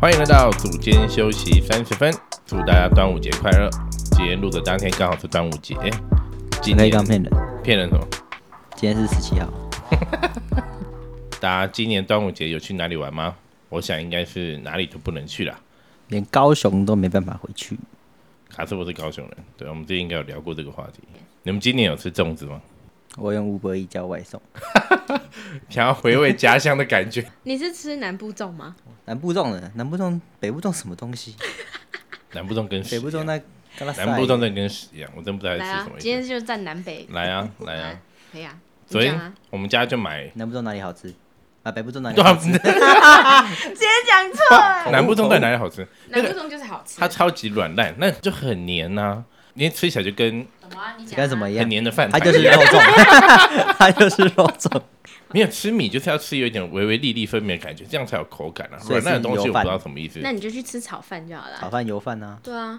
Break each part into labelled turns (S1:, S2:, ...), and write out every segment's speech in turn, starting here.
S1: 欢迎来到组间休息三十分，祝大家端午节快乐！今天录的当天刚好是端午节，今
S2: 你可以
S1: 年
S2: 刚骗人，
S1: 骗人什么？
S2: 今天是十七号，
S1: 大家今年端午节有去哪里玩吗？我想应该是哪里都不能去啦。
S2: 连高雄都没办法回去。
S1: 卡斯我是高雄人，对，我们之前应该有聊过这个话题。你们今年有吃粽子吗？
S2: 我用五百亿叫外送，
S1: 想要回味家乡的感 觉。
S3: 你是吃南部粽吗？
S2: 南部粽的，南部粽，北部粽什么东西？
S1: 南部粽跟屎
S2: 北
S1: 一
S2: 部
S1: 样
S2: 粽那跟他塞
S1: 南部粽真的跟屎一样，我真不知道在
S3: 来
S1: 吃
S3: 啊
S1: 什么，意
S3: 今天
S1: 思。
S3: 就站南北，
S1: 来啊，来啊！，
S3: 可以啊，你
S1: 昨
S3: 讲
S1: 天
S3: 啊，
S1: 我们家就买
S2: 南部粽哪里好吃？啊，北部粽哪里
S1: 对啊
S2: 好吃？
S3: 直接讲错了，
S1: 南部粽到底哪里好吃？
S3: 南部粽就是好吃，
S1: 它超级软烂，那就很黏呐、你吃起来就跟
S3: 什么啊？你讲
S2: 跟
S3: 啊
S2: 什么一样
S1: 很？黏的饭
S2: 它
S1: 团
S2: 就是
S1: 一
S2: 肉
S1: 样。
S2: 粽， 它就是肉粽，
S1: 没有吃米就是要吃有一点微微粒粒分明的感觉，这样才有口感啊。
S2: 所以
S1: 软
S2: 是
S1: 烂的东西我
S2: 油
S1: 不
S2: 饭
S1: 知道什么意思。
S3: 那你就去吃炒饭就好了
S2: 炒
S3: 啊。
S2: 饭油饭啊。
S3: 对啊，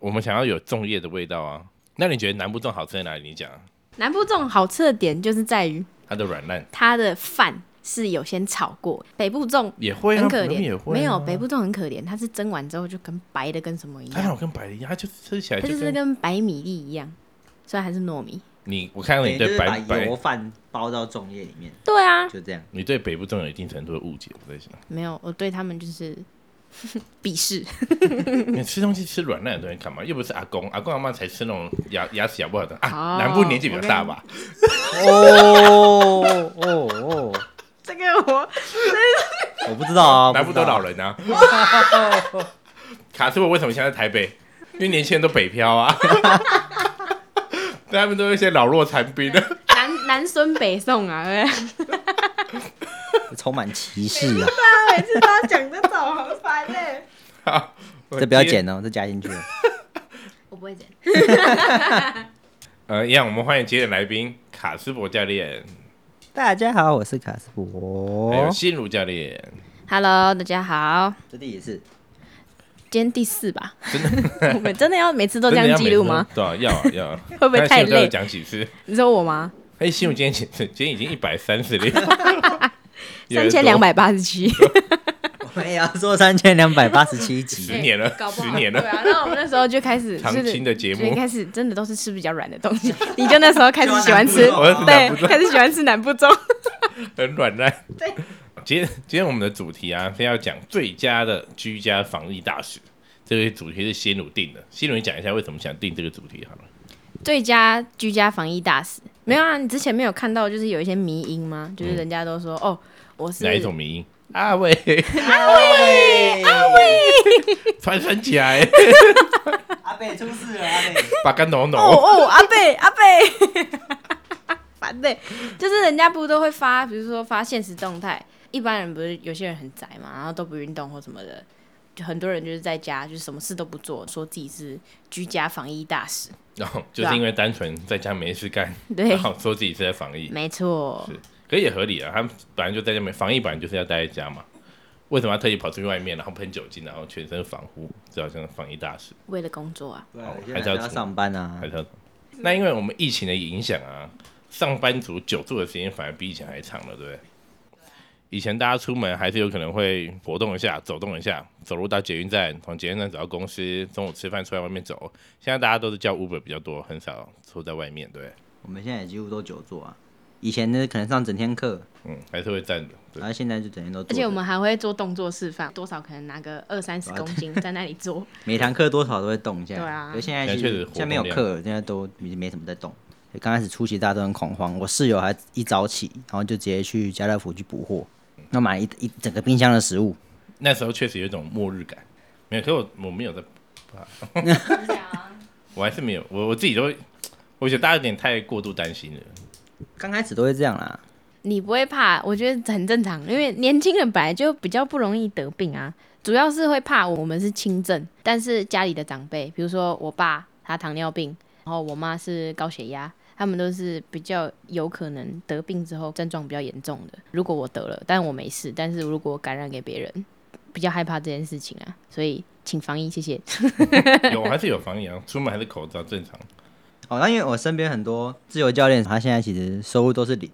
S1: 我们想要有粽叶的味道啊。那你觉得南部粽好吃在哪里？你讲啊，
S3: 南部粽好吃的点就是在于
S1: 它的软烂
S3: 它的饭是有先炒过，北部粽
S1: 也会啊，
S3: 很可
S1: 南部也
S3: 怜，
S1: 会啊、
S3: 没有北部粽很可怜，它是蒸完之后就跟白的跟什么一
S1: 它好
S3: 样，
S1: 跟白的一样，它就是吃起来
S3: 它
S1: 就
S3: 就是
S1: 跟
S3: 跟白米粒一样，虽然还是糯米。
S1: 你，我看到你
S2: 对，就
S1: 对
S2: 是把
S1: 白
S2: 油
S1: 白，
S2: 饭包到粽叶里面，
S3: 对啊，
S2: 就这样。
S1: 你对北部粽有一定程度的误解，我在想，
S3: 没有，我对他们就是 鄙视。
S1: 你吃东西吃软烂的东西干嘛？又不是阿公，阿公阿妈才吃那种牙牙齿咬不好的啊。
S3: 哦
S1: 南部年纪比较大吧？
S2: 哦哦哦，
S3: 这个我
S2: 我不知道啊，
S1: 南部都
S2: 不知道
S1: 老。人啊。卡斯伯为什么现在在台北？因为年轻人都北漂啊， 他们都有一些老弱残 兵的。
S3: 南南孙北宋啊，对不对？
S2: 充满歧视啊！
S3: 每次都要讲这种，好烦哎、
S1: 好
S2: 这不要。剪哦，这加进去了。
S3: 我不会剪。
S1: 呃，一样，我们欢迎今天的来宾卡斯伯教练，
S2: 大家好，我是卡斯
S3: 哦
S1: 还有
S2: 伯，
S1: 心如教练。
S3: Hello，大家好，
S2: 这弟也是。
S3: 今天第四吧？真 的？我们真的要每次都这样记录吗？？
S1: 对啊，要啊要啊。
S3: 会不会太
S1: 那心如教练
S3: 累？
S1: 讲几次？
S3: 你说我吗？
S1: 哎，心如今天几次？今天已经一百三十六，
S3: 三千两，百八十七，
S2: 我们也要做三千两百八十七集，
S1: 十 年了，
S3: 哎搞不
S1: 十
S3: 好。
S1: 年
S3: 对
S1: 了。
S3: 啊，那我们那时候就 开始
S1: 常
S3: 就是
S1: 青的节目
S3: 就一开始真的都是吃比较软的东西。 你就那时候开始喜欢
S2: 就
S3: 吃，
S2: 南
S1: 部粽 我是南部
S3: 对，开始喜欢吃南部粽。
S1: 很软烂。今天今天我们的主题啊是要讲最佳的居家防疫大使，这个主题是新鲁定的。新鲁，你讲一下为什么想定这个主题好了。
S3: 最佳居家防疫大使没有啊？你之前没有看到就是有一些迷因吗？就是人家都说、哦，我是
S1: 嗯哪一种迷音？阿 伟，
S2: 阿伟，
S1: 穿身起 来，
S2: 阿贝出事了，阿贝。
S1: 把干浓
S3: 哦
S1: 浓。
S3: 哦，阿贝阿贝， 烦的、就是人家不都会发，比如说发现实动态，一般人不是有些人很宅嘛，然后都不运动或什么的，就很多人就是在家，就是什么事都不做，说自己是居家防疫大使。
S1: 然后就是因为单纯在家没事干，
S3: 对
S1: 然，后说自己是在防疫，
S3: 没错
S1: 是，可也合理啊。他们本来就在家没防疫，本来就是要待在家嘛。为什么要特意跑出去外面，然后喷酒精，然后全身防护，就好像防疫大使？
S3: 为了工作啊，
S2: 对
S1: 啊有些
S2: 还
S1: 人
S2: 是
S1: 还是
S2: 要
S1: 要
S2: 上班啊
S1: 还。特那因为我们疫情的影响啊，上班族久坐的时间反而比以前还长了，对不对？以前大家出门还是有可能会活动一下、走动一下，走路到捷运站，从捷运站走到公司，中午吃饭出来外面走。现在大家都是叫 Uber 比较多，很少坐在外面，对不对，
S2: 我们现在也几乎都久坐啊，以前呢可能上整天课，
S1: 嗯，还是会站着。对
S2: 然，后现在就整天都坐着。
S3: 而且我们还会做动作示范，多少可能拿个二三十
S2: 哇
S3: 公斤在那里做。
S2: 每堂课多少都会动一下。
S3: 对啊
S2: 可是现在
S1: 现在
S2: 其
S1: 确实
S2: 实
S1: 活
S2: 现在没有
S1: 动量
S2: 课，现在都没没什么在动。刚开始初期大家都很恐慌，我室友还一早起，然后就直接去家乐福去补货，那买一一整个冰箱的食物。
S1: 那时候确实有一种末日感，没有，可我我没有在，我还是没有，我我自己都会，我觉得大家有点太过度担心了。
S2: 刚开始都会这样啦，
S3: 你不会怕，我觉得很正常，因为年轻人本来就比较不容易得病啊。主要是会怕我们是轻症，但是家里的长辈，比如说我爸他糖尿病，然后我妈是高血压，他们都是比较有可能得病之后症状比较严重的。如果我得了，但我没事，但是如果我感染给别人，比较害怕这件事情啊，所以请防疫，谢谢。
S1: 有还是有防疫啊，出门还是口罩正常。
S2: 哦，那因为我身边很多自由教练，他现在其实收入都是零，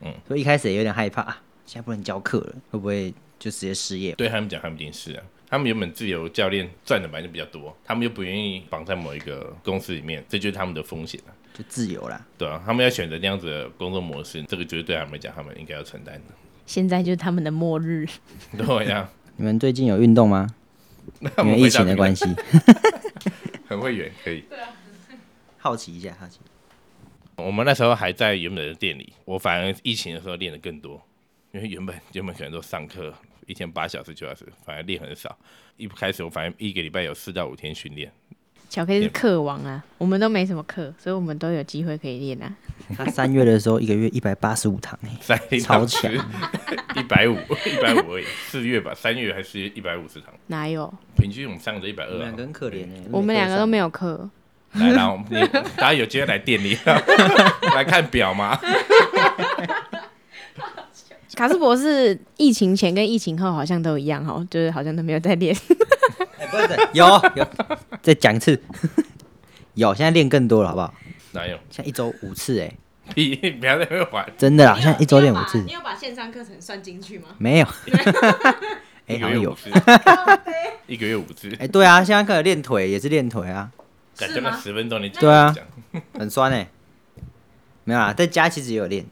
S1: 嗯
S2: 嗯，所以一开始也有点害怕，啊现在不能教课了，会不会就直接失业？
S1: 对他们讲，他们一定是啊。他们原本自由教练赚的本来就比较多，他们又不愿意绑在某一个公司里面，这就是他们的风险啊
S2: 就自由啦。
S1: 对啊，他们要选择那样子的工作模式，这个就是对他们来讲，他们应该要承担
S3: 现在就是他们的末日。
S1: 的。对呀、
S2: 你们最近有运动吗？
S1: 那我
S2: 因
S1: 们
S2: 为
S1: 回
S2: 疫
S1: 到
S2: 情
S1: 那
S2: 的
S1: 个
S2: 关系，
S1: 很会远，可以。
S2: 好奇一下，好奇。
S1: 我们那时候还在原本的店里，我反而疫情的时候练的更多，因为原本原本可能都上课一天八小时九小时，反而练很少。一开始我反正一个礼拜有四到五天训练，
S3: 巧克力是课王啊，我们都没什么课，所以我们都有机会可以练啊。
S2: 他三月的时候一个月一百八十五堂、欸，
S1: 三
S2: 超强
S1: 一百五一百 五而已，四月吧，三月还是一百五十堂，
S3: 哪有？
S1: 平均我们上的一百二。啊
S2: 很可怜哎、
S3: 我们两个都没有课，
S1: 来啦，我们你大家有机会来店里 来看表吗？
S3: 卡斯伯是疫情前跟疫情后好像都一样哦，就是好像都没有在练。
S2: 哎不是有有，再讲一次，有现在练更多了，好不好？
S1: 哪有？
S2: 现在一周五次哎、欸，
S1: 屁！不要在那边玩，
S2: 真的啦，现在一周练五次，
S3: 有把线上课程算进去吗？
S2: 没有。哎、
S1: 一
S2: 好
S1: 个
S2: 像
S1: 月
S2: 有
S1: 五，次，一个月五次，
S2: 哎、对啊，现在开始练腿也是练腿啊，
S1: 感觉那十分钟你
S2: 对啊
S1: 讲
S2: 很酸哎、没有啦，在家其实也有练，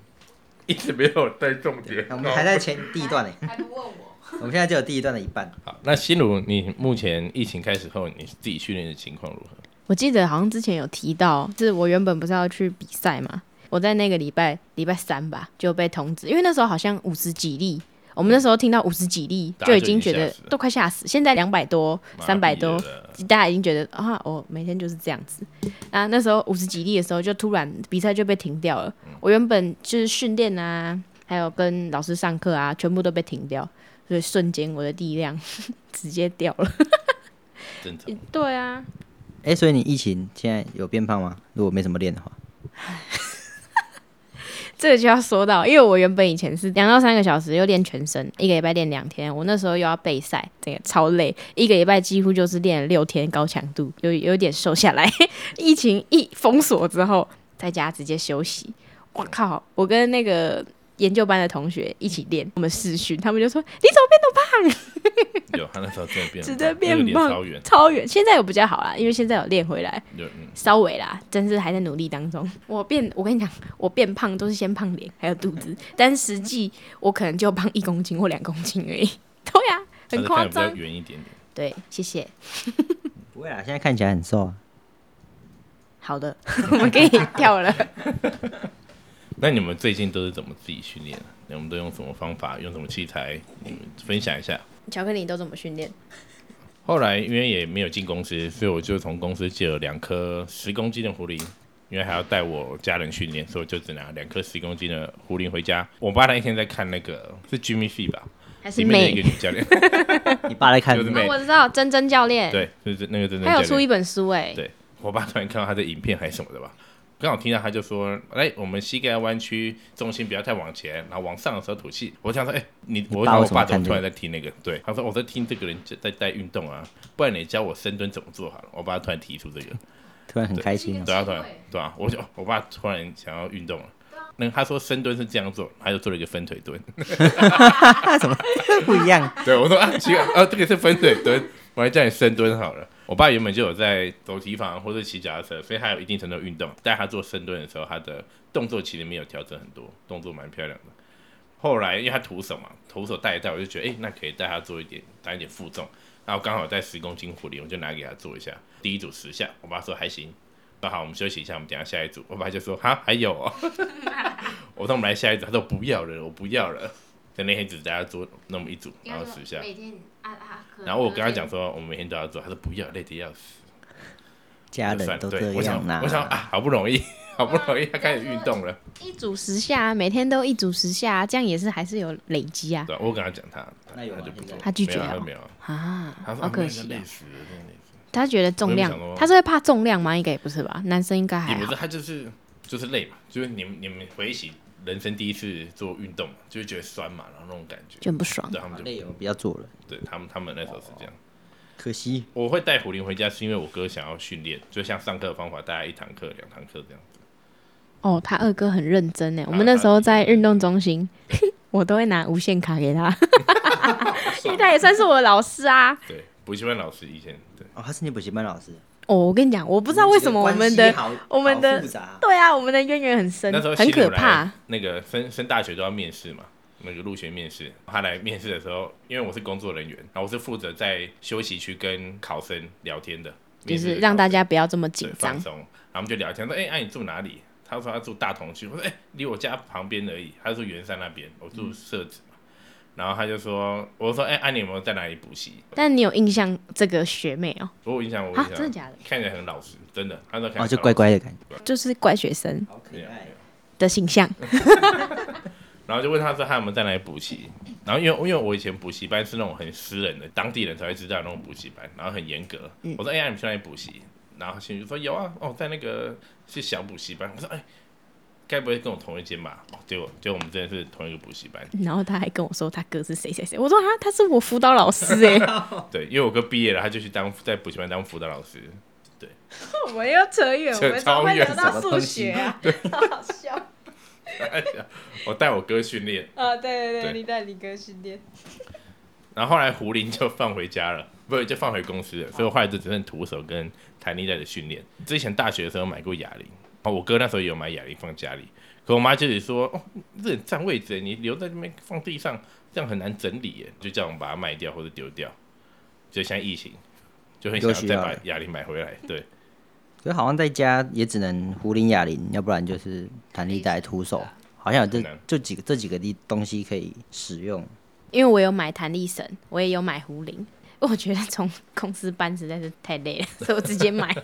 S1: 一直没有带重点。
S2: 我们还在前第一段呢、
S3: 还不问我？
S2: 我们现在只有第一段的一半。
S1: 好，哦那心如，你目前疫情开始后，你自己训练的情况如何？
S3: 我记得好像之前有提到，就是我原本不是要去比赛嘛，我在那个礼拜礼拜三吧就被通知，因为那时候好像五十几例，我们那时候听到五十几例
S1: 大家
S3: 就
S1: 就
S3: 已经觉
S1: 已
S3: 得
S1: 经吓死了
S3: 都快吓死，现在两百多、三百多
S1: 麻痹，了
S3: 大家已经觉得啊，我每天就是这样子。啊，那时候五十几例的时候，就突然比赛就被停掉了。
S1: 嗯
S3: 我原本就是训练啊，还有跟老师上课啊，全部都被停掉，所以瞬间我的力量 直接掉了。
S1: 正 常。
S3: 对啊，
S2: 哎、所以你疫情现在有变胖吗？如果没什么练的话，
S3: 这个就要说到，因为我原本以前是两到三个小时又练全身，一个礼拜练两天，我那时候又要备赛，这个超累，一个礼拜几乎就是练了六天高强度，有有点瘦下来。 疫情一封锁之后，在家直接休息，我靠！我跟那个研究班的同学一起练，我们试训，他们就说你怎么变
S1: 有，他那时候真的变
S3: 直
S1: 胖，
S3: 接变
S1: 那个脸
S3: 胖
S1: 超圆，
S3: 超远？现在有比较好啦，因为现在有练回来，
S1: 就嗯，
S3: 稍微啦，但是还在努力当中。我变，我跟你讲，我变胖都是先胖脸，还有肚子，但实际我可能就胖一公斤或两公斤而 已。对呀、很
S1: 他
S3: 夸
S1: 的看得比
S3: 张
S1: 较。圆一点点。
S3: 对，谢谢。
S2: 不会啦，现在看起来很瘦啊。
S3: 好的， 我们可以跳了。
S1: 那你们最近都是怎么自己训练的？你们都用什么方法？用什么器材？你们分享一下。
S3: 巧克力你都怎么训练？
S1: 后来因为也没有进公司，所以我就从公司借了两颗十公斤的狐狸，因为还要带我家人训练，所以我就只拿两颗十公斤的狐狸回家。我爸那一天在看那个是 Jimmy C 吧，
S3: 还是
S1: 里面的一
S3: 妹？
S1: 个女教练，
S2: 你爸来看
S1: 就是妹
S3: 哦我知道珍珍教练，
S1: 对，就是那个真正
S3: 他
S1: 教
S3: 有
S1: 练
S3: 出一本书哎、
S1: 对我爸突然看到他的影片还是什么的吧，刚好听到他就说：“哎，我们膝盖弯曲，重心不要太往前，然后往上的时候吐气。”我想说：“哎，你我
S2: 爸
S1: 想
S2: 为
S1: 我
S2: 什么
S1: 爸怎
S2: 看
S1: 么
S2: 这
S1: 突然
S2: 个
S1: 在听那个？”对，他说：“我在听这个人在在带运动啊，不然你教我深蹲怎么做好了。”我爸突然提出这个，
S2: 突然很开心、啊。
S1: 对啊，突然对啊，我就我爸突然想要运动了。那他说深蹲是这样做，他就做了一个分腿蹲。
S2: 不一样，
S1: 对我说啊，奇怪，啊，这个是分腿蹲，我来叫你深蹲好了。我爸原本就有在走体房或者骑脚踏车，所以他有一定程度的运动。但他做深蹲的时候，他的动作其实没有调整很多，动作蛮漂亮的。后来因为他徒手嘛，徒手带一带，我就觉得哎、诶那可以带他做一点，带一点负重。然后刚好带十公斤狐狸，我就拿给他做一下。第一组十下，我爸说还行。说好，我们休息一下，我们等一下下一组。我爸就说哈，还有、哦。 我说我们来下一组，他说不要了，我不要了。在那天只带他做那么一组，然后十下。
S3: 天啊啊
S1: 然后我跟他讲，说，我们每天都要做，他说不要，累得要死。
S2: 家
S1: 就
S2: 人
S1: 算
S2: 都
S1: 对
S2: 这
S1: 我
S2: 样
S1: 想，
S2: 啦、
S1: 我想啊，好不容易，好不容易他开始运动了。
S3: 一组十下，每天都一组十下，这样也是还是有累积啊
S1: 对啊，我跟他讲他，
S2: 那哦有吗
S1: 他就不做
S2: 现在，
S3: 他拒绝
S1: 没有
S3: 哦
S1: 他没有啊，
S3: 啊
S1: 他，说
S3: 好
S1: 啊
S3: 可
S1: 那个
S3: 惜啊
S1: 累。死了，真的累死了
S3: 他觉得重量
S1: 我也没想，到
S3: 他是会怕重量吗？应该也不是吧，男生应该还
S1: 也不
S3: 好
S1: 是，。他就是就是累嘛，就是你们你们回忆起人生第一次做运动嘛，就会觉得酸嘛，然后那种感觉，
S3: 就很不爽。
S1: 对他们就
S2: 累，我哦不要做了，
S1: 对他们他们那时候是这样。
S2: 可惜。
S1: 我会带虎林回家，是因为我哥想要训练，就像上课的方法，大概一堂课、两堂课这样子。
S3: 哦，他二哥很认真欸呢。我
S1: 他
S3: 们那时候在运动中心， 我都会拿无限卡给他，因为他也算是我的老师啊。
S1: 对，补习班老师以前对，
S2: 哦，他是你补习班老师，
S3: 哦，我跟你讲，我不知道为什么我们
S2: 这
S3: 的
S2: 个关系好
S3: 我们的
S2: 好复杂，
S3: 对啊，我们的渊源很深
S1: 那时候，
S3: 很
S1: 新
S3: 可
S1: 友来
S3: 怕。
S1: 那个升升大学都要面试嘛，那个入学面试，他来面试的时候，因为我是工作人员，然后我是负责在休息区跟考生聊天的，
S3: 就
S1: 面试
S3: 是
S1: 的
S3: 让大
S1: 考生
S3: 家不要这么紧
S1: 对放
S3: 张。
S1: 松，然后我们就聊天说，哎、那、你住哪里？他说他住大同区，我说哎，离、我家旁边而已，他住圆山那边，我
S3: 嗯
S1: 住社子嘛。然后他就说，我说哎，啊、你有没有在哪里补习？
S3: 但你有印象这个学妹哦、
S1: 我有印象，我有印
S3: 啊
S1: 象，
S3: 真的假的？
S1: 看起来很老实，真的。他说看起来
S2: 哦，就
S1: 很
S2: 乖
S1: 老
S2: 乖的感觉，
S3: 就是乖学生
S2: 好可
S1: 没有没有
S3: 的形象。
S1: 实，然后就问他说他有没有在哪里补习？然后因为因为我以前补习班是那种很私人的，当地人才会知道的那种补习班，然后很严格。我说哎、啊你们去哪里补习？然后心里就说有啊，哦，在那个是小补习班。我说哎。该不会跟我同一间吧？哦结果结果我们真的是同一个补习班，
S3: 然后他还跟我说他哥是谁谁谁，我说啊，他是我辅导老师哎、
S1: 对，因为我哥毕业了，他就去当在补习班当辅导老师。
S3: 我们又扯远，我
S1: 扯
S3: 们怎么会
S1: 超远
S3: 聊到
S2: 什么
S3: 数
S2: 东
S3: 学
S2: 西
S3: 啊？超好笑啊！
S1: 我带我哥训练，
S3: 对哦对对，
S1: 对
S3: 你带你哥训练，
S1: 然后后来胡林就放回家了， 不是就放回公司了，所以我后来就只剩徒手跟弹力带的训练。之前大学的时候买过哑铃，哦，我哥那时候也有买哑铃放家里，可我妈就是说，哦，这很占位置，你留在那边放地上，这样很难整理耶，就叫我们把它卖掉或者丢掉。就像疫情，就很想要
S2: 又需
S1: 再
S2: 要
S1: 把
S2: 了
S1: 哑铃买回来，对。
S2: 所以好像在家也只能壶铃、哑铃，要不然就是弹力带、徒手，好像有
S1: 啊很难
S2: 这就几个这几个地东西可以使用。
S3: 因为我有买弹力绳，我也有买壶铃。 我觉得从公司搬实在是太累了， 所以我直接买。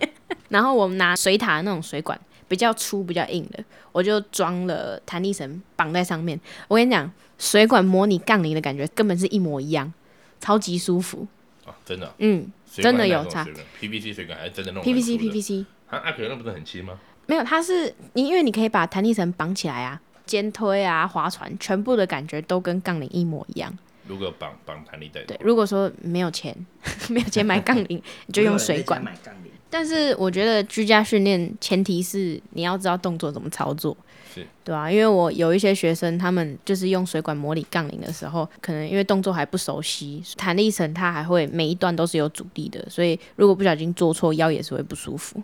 S3: 然后我们拿水塔的那种水管，比较粗、比较硬的，我就装了弹力绳绑在上面。我跟你讲，水管模拟杠铃的感觉根本是一模一样，超级舒服。
S1: 哦，真的哦、
S3: 嗯
S1: 水管
S3: 真的
S1: 哪
S3: 有
S1: 种
S3: 差
S1: 水管 PVC 水管还是真的那种
S3: ，PVC
S1: 很粗的
S3: PVC
S1: 啊，阿可那不是很轻吗？
S3: 没有，它是你因为你可以把弹力绳绑起来啊，肩推啊、划船，全部的感觉都跟杠铃一模一样。
S1: 如果绑绑弹力带的
S3: 对，如果说没有钱， 没有钱买杠铃，你就用水管。
S2: 买杠铃，
S3: 但是我觉得居家训练前提是你要知道动作怎么操作，
S1: 是
S3: 对啊，因为我有一些学生，他们就是用水管模拟杠铃的时候，可能因为动作还不熟悉，弹力绳它还会每一段都是有阻力的，所以如果不小心做错，腰也是会不舒服。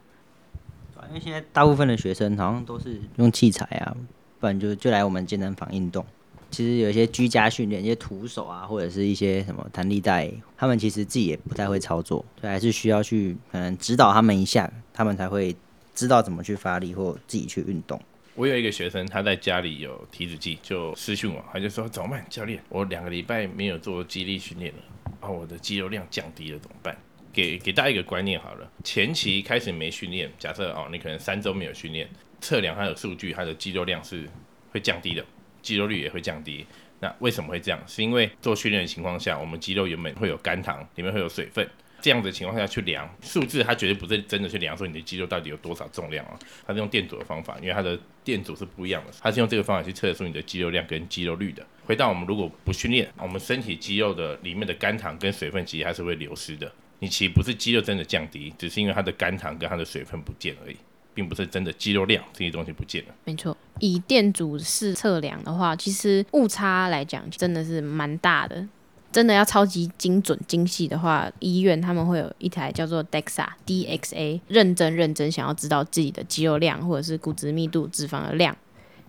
S2: 对啊因为现在大部分的学生好像都是用器材啊，不然就就来我们健身房运动。其实有一些居家训练，一些徒手啊，或者是一些什么弹力带，他们其实自己也不太会操作，所以还是需要去可能指导他们一下，他们才会知道怎么去发力或自己去运动。
S1: 我有一个学生，他在家里有体脂计，就私讯我，他就说：“怎么办，教练？我两个礼拜没有做肌力训练了，啊，我的肌肉量降低了，怎么办？”给给大家一个观念好了，前期开始没训练，假设哦，你可能三周没有训练，测量它的数据，它的肌肉量是会降低的，肌肉率也会降低。那为什么会这样？是因为做训练的情况下，我们肌肉原本会有肝糖，里面会有水分，这样子的情况下去量数字，它绝对不是真的去量说你的肌肉到底有多少重量啊，它是用电阻的方法，因为它的电阻是不一样的，它是用这个方法去测出你的肌肉量跟肌肉率的。回到我们如果不训练，我们身体肌肉的里面的肝糖跟水分其实它是会流失的。你其实不是肌肉真的降低，只是因为它的肝糖跟它的水分不见而已，并不是真的肌肉量这些东西不见了。
S3: 没错，以电阻式测量的话，其实误差来讲真的是蛮大的。真的要超级精准精细的话，医院他们会有一台叫做 DEXA DXA，认真认真想要知道自己的肌肉量或者是骨质密度、脂肪的量，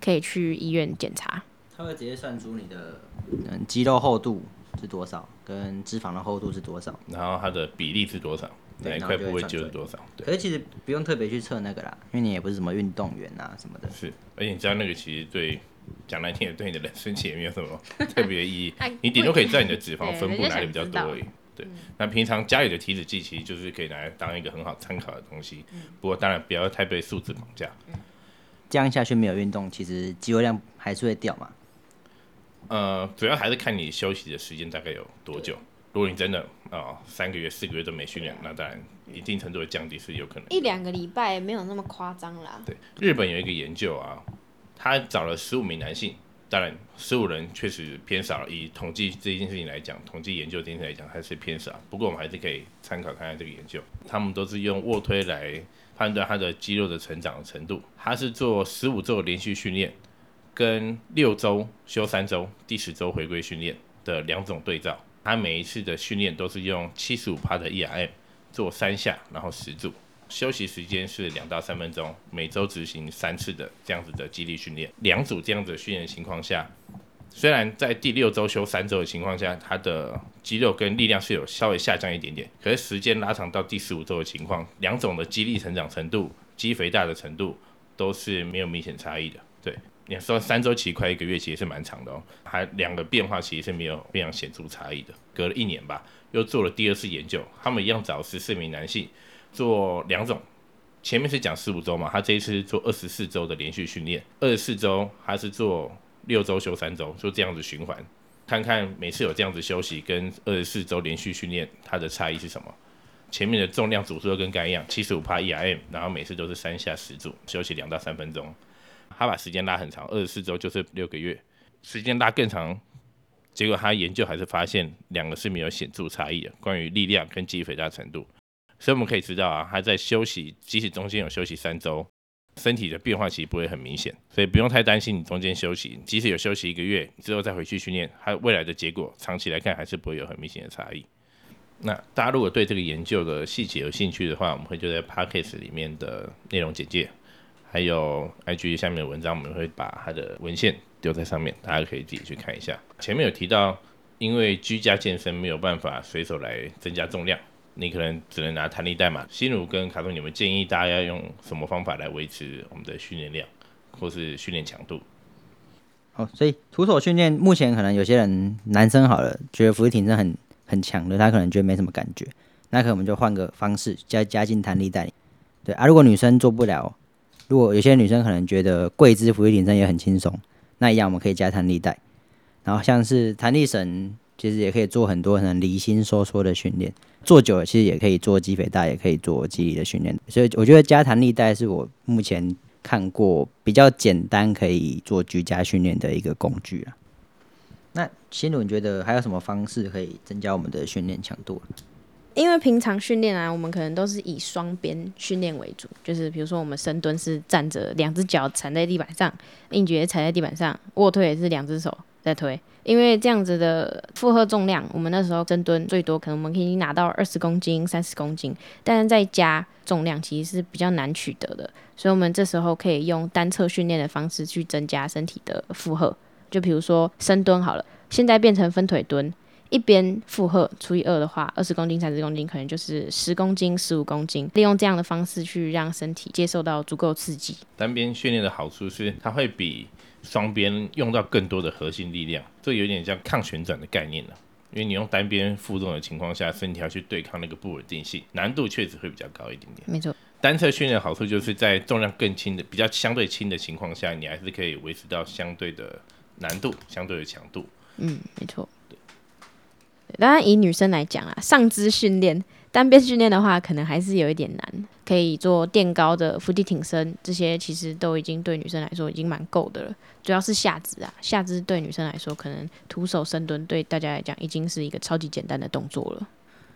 S3: 可以去医院检查。
S2: 它会直接算出你的嗯肌肉厚度是多少，跟脂肪的厚度是多少。
S1: 然后它的比例是多少？
S2: 对
S1: 哪一
S2: 然后
S1: 块
S2: 就
S1: 部位
S2: 会算
S1: 就是
S2: 出来
S1: 多少？对，
S2: 可是其实不用特别去测那个啦，因为你也不是什么运动员啊什么的。
S1: 是。而且你知道那个其实对讲难听点，对你的人生其实也没有什么特别的意义
S3: 哎。
S1: 你顶多可以知道你的脂肪
S3: 对
S1: 分
S3: 人
S1: 布
S3: 家
S1: 哪里
S3: 想
S1: 比较
S3: 知
S1: 多
S3: 道嗯
S1: 而已。对，那平常家里的体脂计其实就是可以拿来当一个很好参考的东西，
S3: 嗯
S1: 不过当然不要太被数字绑架。
S2: 这样下去没有运动，其实肌肉量还是会掉嘛。
S1: 呃，主要还是看你休息的时间大概有多久。如果你真的啊、三个月、四个月都没训练，那当然一定程度的降低是有可能的。
S3: 一两个礼拜没有那么夸张啦。
S1: 对，日本有一个研究啊，他找了十五名男性，当然十五人确实偏少，以统计这件事情来讲，统计研究这件事情来讲还是偏少。不过我们还是可以参考看看这个研究，他们都是用卧推来判断他的肌肉的成长程度。他是做十五周连续训练，跟六周休三周，第十周回归训练的两种对照。他每一次的训练都是用七十五趴的 ERM 做三下，然后十组。休息时间是两到三分钟，每周执行三次的这样子的肌力训练，两组这样子的训练情况下，虽然在第六周休三周的情况下，他的肌肉跟力量是有稍微下降一点点，可是时间拉长到第十五周的情况，两种的肌力成长程度、肌肥大的程度都是没有明显差异的。对，你说三周期快一个月其实是蛮长的哦，还两个变化其实是没有非常显著差异的。隔了一年吧，又做了第二次研究，他们一样找十四名男性做两种前面是讲十五周嘛，他这一次是做二十四周的连续训练，二十四周他是做六周休三周，就这样子循环，看看每次有这样子休息跟二十四周连续训练它的差异是什么。前面的重量组数都跟刚一样，七十五帕 ERM，然后每次都是三下十组，休息两到三分钟。他把时间拉很长，二十四周就是六个月，时间拉更长，结果他研究还是发现两个是没有显著差异的，关于力量跟肌肥大程度。所以我们可以知道啊，他在休息，即使中间有休息三周，身体的变化其实不会很明显，所以不用太担心你中间休息，即使有休息一个月之后再回去训练，它未来的结果长期来看还是不会有很明显的差异。那大家如果对这个研究的细节有兴趣的话，我们会就在 p a c k a g e 里面的内容简介，还有 IG 下面的文章，我们会把它的文献丢在上面，大家可以自己去看一下。前面有提到，因为居家健身没有办法随手来增加重量。你可能只能拿弹力带嘛。心如跟卡通，你们建议大家要用什么方法来维持我们的训练量，或是训练强度？
S2: 哦，所以徒手训练目前可能有些人男生好了，觉得俯卧撑是很很强的，他可能觉得没什么感觉，那可能我们就换个方式加加进弹力带里。对啊，如果女生做不了，如果有些女生可能觉得跪姿俯卧撑也很轻松，那一样我们可以加弹力带。然后像是弹力绳，其实也可以做很多很离心收缩的训练，做久了其实也可以做肌肥大，也可以做肌力的训练。所以我觉得加弹力带是我目前看过比较简单可以做居家训练的一个工具啊。那新鲁，你觉得还有什么方式可以增加我们的训练强度啊？
S3: 因为平常训练啊，我们可能都是以双边训练为主，就是比如说我们深蹲是站着，两只脚缠在地板上，硬举也踩在地板上，卧推也是两只手在推。因为这样子的负荷重量，我们那时候深蹲最多可能我们可以拿到二十公斤、三十公斤，但是在家重量其实是比较难取得的，所以我们这时候可以用单侧训练的方式去增加身体的负荷。就比如说深蹲好了，现在变成分腿蹲，一边负荷除以二的话，二十公斤、三十公斤可能就是十公斤、十五公斤，利用这样的方式去让身体接受到足够刺激。
S1: 单边训练的好处是，它会比双边用到更多的核心力量，这有点像抗旋转的概念了、因为你用单边负重的情况下，身体要去对抗那个不稳定性，难度确实会比较高一点点。
S3: 没错，
S1: 单侧训练的好处就是在重量更轻的、比较相对轻的情况下，你还是可以维持到相对的难度、相对的强度。
S3: 嗯，没错。对当然，以女生来讲啊，上肢训练、单边训练的话，可能还是有一点难。可以做垫高的伏地挺身，这些其实都已经对女生来说已经蛮够的了。主要是下肢啊，下肢对女生来说，可能徒手深蹲对大家来讲已经是一个超级简单的动作了。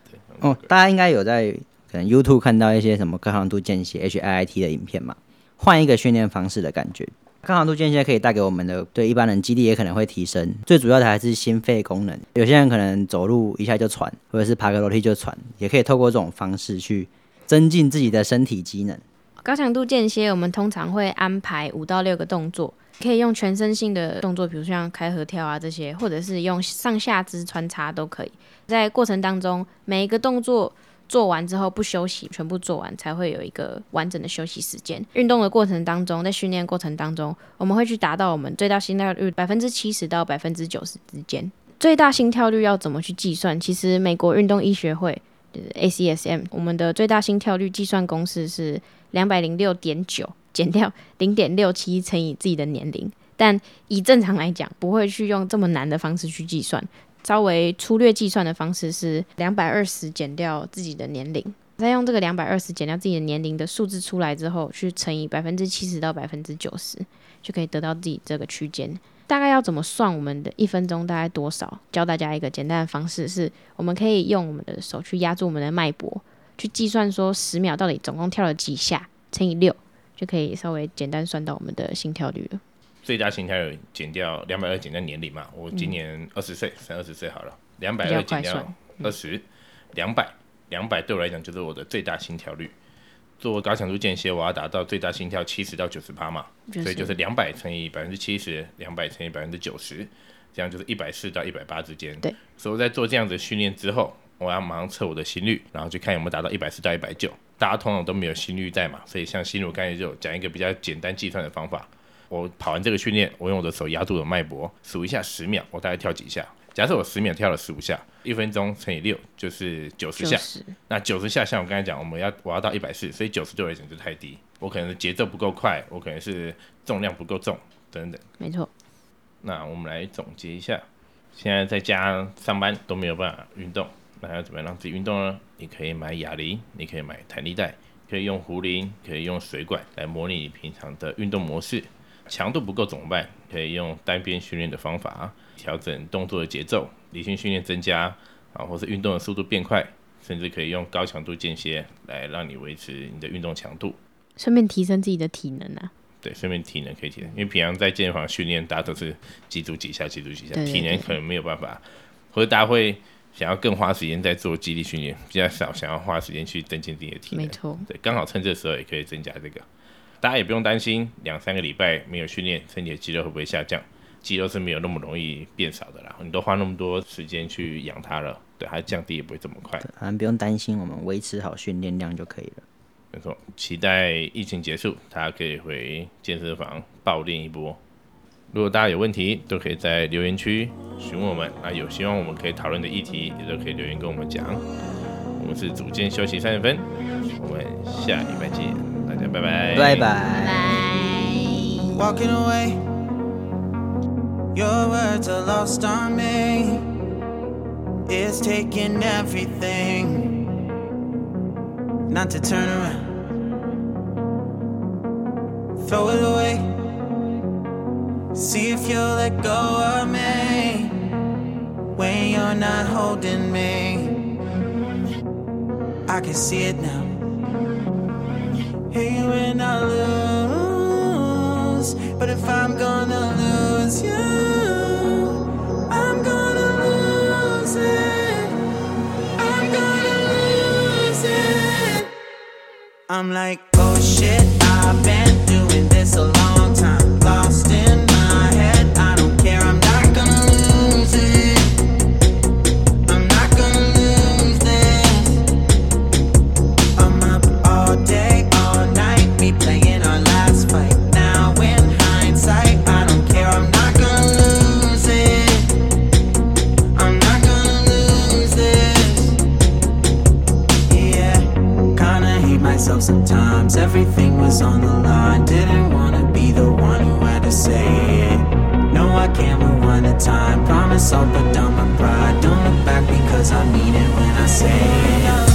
S1: 对，
S2: 哦，大家应该有在可能 YouTube 看到一些什么高强度间歇 HIIT 的影片嘛？换一个训练方式的感觉，高强度间歇可以带给我们的对一般人肌力也可能会提升，最主要的还是心肺功能。有些人可能走路一下就喘，或者是爬个楼梯就喘，也可以透过这种方式去增进自己的身体机能。
S3: 高强度间歇，我们通常会安排五到六个动作，可以用全身性的动作，比如像开合跳啊这些，或者是用上下肢穿插都可以。在过程当中，每一个动作做完之后不休息，全部做完才会有一个完整的休息时间。运动的过程当中，在训练过程当中，我们会去达到我们最大心跳率百分之七十到百分之九十之间。最大心跳率要怎么去计算？其实美国运动医学会 E 就是 ACSM，我们的最大心跳率计算公式是两百零六点九减掉零点六七乘以自己的年龄。但以正常来讲，不会去用这么难的方式去计算，稍微粗略计算的方式是两百二十减掉自己的年龄，再用这个两百二十减掉自己的年龄的数字出来之后，去乘以百分之七十到百分之九十，就可以得到自己这个区间。大概要怎么算我们的一分钟大概多少？教大家一个简单的方式是，我们可以用我们的手去压住我们的脉搏，去计算说十秒到底总共跳了几下，乘以六，就可以稍微简单算到我们的心跳率了。
S1: 最佳形态有减掉两百二减掉年龄嘛，我今年二十岁，三二十岁好了，两百
S3: 嗯比
S1: 二减
S3: 较快嗯
S1: 掉
S3: 算
S1: 二十，两百，两百对我来讲就是我的最大心跳率。做高强度间歇，我要达到最大心跳七十到九十趴嘛，所以就是两百乘以百分之七十，两百乘以百分之九十，这样就是一百四到一百八之间。
S3: 对，
S1: 所以我在做这样子的训练之后，我要马上测我的心率，然后去看有没有达到一百四到一百九。大家通常都没有心率在嘛，所以像心率，我刚才就有讲一个比较简单计算的方法。我跑完这个训练，我用我的手压住我的脉搏，数一下十秒，我大概跳几下。假设我十秒跳了十五下，一分钟乘以六就是九十
S3: 九
S1: 下。
S3: 十，
S1: 那九十下，像我刚才讲，我们要我要到一百四，所以九十对我来讲就太低。我可能是节奏不够快，我可能是重量不够重，等等。
S3: 没错，
S1: 那我们来总结一下，现在在家上班都没有办法运动，那要怎么样让自己运动呢？你可以买哑铃，你可以买弹力带，可以用壶铃，可以用水管来模拟你平常的运动模式。强度不够怎么办？可以用单边训练的方法调整动作的节奏，理性训练增加，啊，或是运动的速度变快，甚至可以用高强度间歇来让你维持你的运动强度。
S3: 顺便提升自己的体能啊。
S1: 对，顺便体能可以提升，因为平常在健身房训练，大家都是几组几下，几组几下，
S3: 对对
S1: 体能
S3: 对
S1: 可能没有办法，或者大家会想要更花时间在做肌力训练，比较少想要花时间去增进自己的体能。
S3: 没错，
S1: 对，刚好趁这时候也可以增加这个。大家也不用担心两三个礼拜没有训练，身体的肌肉会不会下降？肌肉是没有那么容易变少的啦，你都花那么多时间去养它了，对它降低也不会这么快。
S2: 反正不用担心，我们维持好训练量就可以了。
S1: 没错，期待疫情结束，大家可以回健身房暴练一波。如果大家有问题，都可以在留言区询问我们。那有希望我们可以讨论的议题，也都可以留言跟我们讲。我们是组间休息三十分，我们下礼拜见，大家拜拜，
S2: 拜拜。
S3: 拜。
S4: walking away. Your words are lost on me. It's taking everything not to turn around. Throw it away. See if you'll let go of me when you're not holding me. I can see it now. Hey, when I lose, but if I'm gonna lose you, I'm gonna lose it. I'm gonna lose it. I'm like, oh shit, I've been doing this a long time. Lost in my head, I don't care, I'm not gonna lose it. I'm not gonna lose this. I'm up all day, all night. We playing our last fight. Now in hindsight, I don't care. I'm not gonna lose it. I'm not gonna lose this. Yeah, kinda hate myself sometimes. Everything was on the line. Didn't wanna be the one who had to say it. No, I can't rewind the time. Promise I'll put down my pride. Don't look back because I mean it when I say it.